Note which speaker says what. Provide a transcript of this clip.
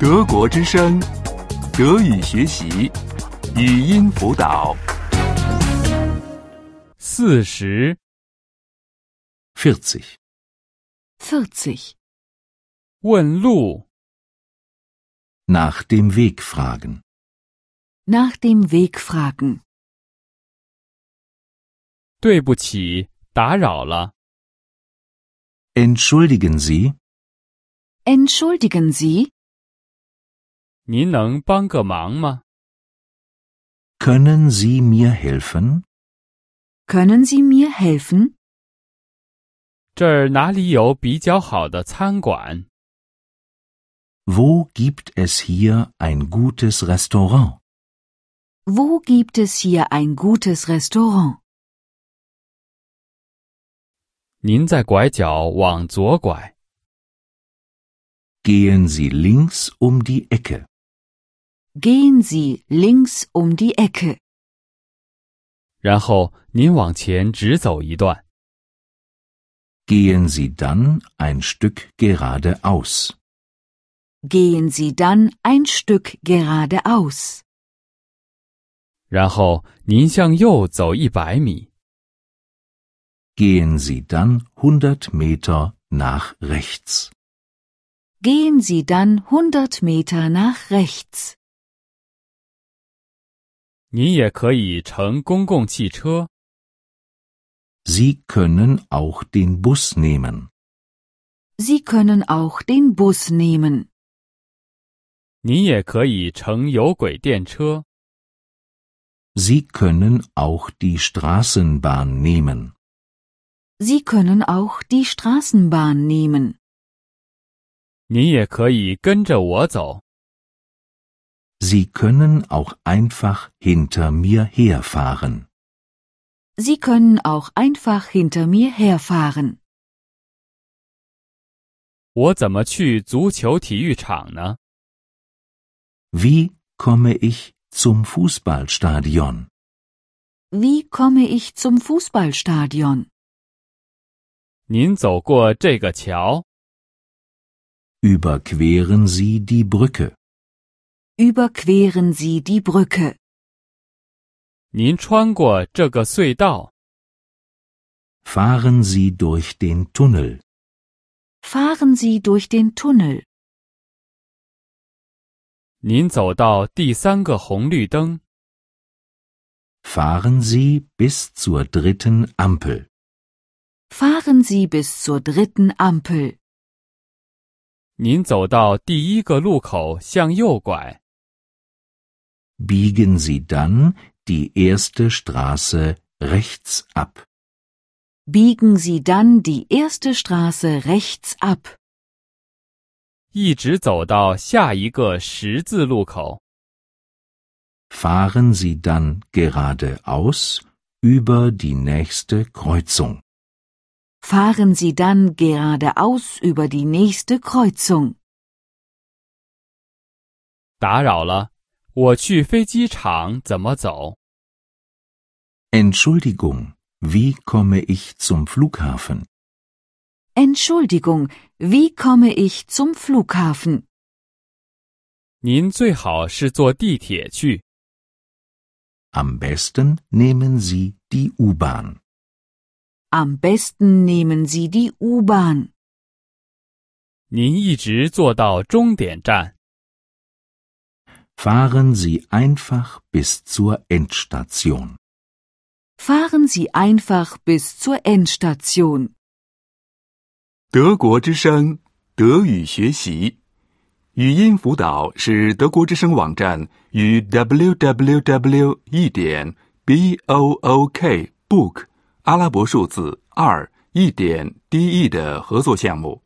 Speaker 1: 德国之声，德语学习，语音辅导。
Speaker 2: 四十
Speaker 3: 40.
Speaker 4: 40.
Speaker 2: 问路，
Speaker 3: Nach dem Weg fragen.
Speaker 4: Nach dem Weg fragen.
Speaker 2: 对不起，打扰了。
Speaker 3: Entschuldigen Sie,
Speaker 4: Entschuldigen Sie,
Speaker 2: 您能帮个忙吗？
Speaker 3: können Sie mir helfen?
Speaker 4: können Sie mir helfen?
Speaker 2: 这儿哪里有比较好的餐馆？
Speaker 3: Wo gibt es hier ein gutes Restaurant?
Speaker 4: Wo gibt es hier ein gutes Restaurant?
Speaker 2: 您在拐角往左拐，
Speaker 3: Gehen Sie links um die Ecke.
Speaker 4: Gehen Sie links um die Ecke.
Speaker 2: 然后您往前直走一段。
Speaker 3: Gehen Sie dann ein Stück geradeaus.
Speaker 4: Gehen Sie dann ein Stück geradeaus.
Speaker 2: 然后您向右走一百米，
Speaker 3: Gehen Sie dann 100 Meter nach rechts.
Speaker 4: Gehen Sie dann 100 Meter nach rechts.
Speaker 2: 您也可以乘公共汽车。
Speaker 3: Sie können auch den Bus nehmen.
Speaker 4: Sie können auch den Bus nehmen.
Speaker 2: 您也可以乘有轨电车，
Speaker 3: Sie können auch die Straßenbahn nehmen.
Speaker 4: Sie können auch die Straßenbahn nehmen.
Speaker 2: 您也可以跟着我走。
Speaker 3: Sie können auch einfach hinter mir herfahren.
Speaker 4: Sie können auch einfach hinter mir herfahren.
Speaker 2: 我怎么去足球体育场呢？
Speaker 3: Wie komme ich zum Fußballstadion?
Speaker 4: Wie komme ich zum Fußballstadion?
Speaker 2: 您走过这个桥，
Speaker 3: Überqueren Sie die Brücke.
Speaker 4: Überqueren Sie die Brücke.
Speaker 2: 您穿过这个隧道，
Speaker 3: Fahren Sie durch den Tunnel.
Speaker 4: Fahren Sie durch den Tunnel.
Speaker 2: 您走到第三个红绿灯，
Speaker 3: Fahren Sie bis zur dritten Ampel.
Speaker 4: Fahren Sie bis zur dritten Ampel.
Speaker 2: 您走到第一个路口向右拐，
Speaker 3: Biegen Sie dann die erste Straße rechts ab.
Speaker 4: Biegen Sie dann die erste Straße rechts ab.
Speaker 2: 一直走到下一个十字路口。
Speaker 3: Fahren Sie dann geradeaus über die nächste Kreuzung.
Speaker 4: Fahren Sie dann geradeaus über die nächste Kreuzung.
Speaker 2: 打扰了，我去飞机场怎么走？
Speaker 3: Entschuldigung, wie komme ich zum Flughafen?
Speaker 4: Entschuldigung, wie komme ich zum Flughafen?
Speaker 2: 您最好是坐地铁去。
Speaker 3: Am besten nehmen Sie die U-Bahn.
Speaker 4: Am besten nehmen Sie die U-Bahn.
Speaker 2: 您一直坐到终点站，
Speaker 3: Fahren Sie einfach bis zur Endstation.
Speaker 4: Fahren Sie einfach bis zur Endstation.
Speaker 1: 德国之声，德语学习，语音辅导是德国之声网站与 www. 一点 b o o k book 阿拉伯数字二一点 d e 的合作项目。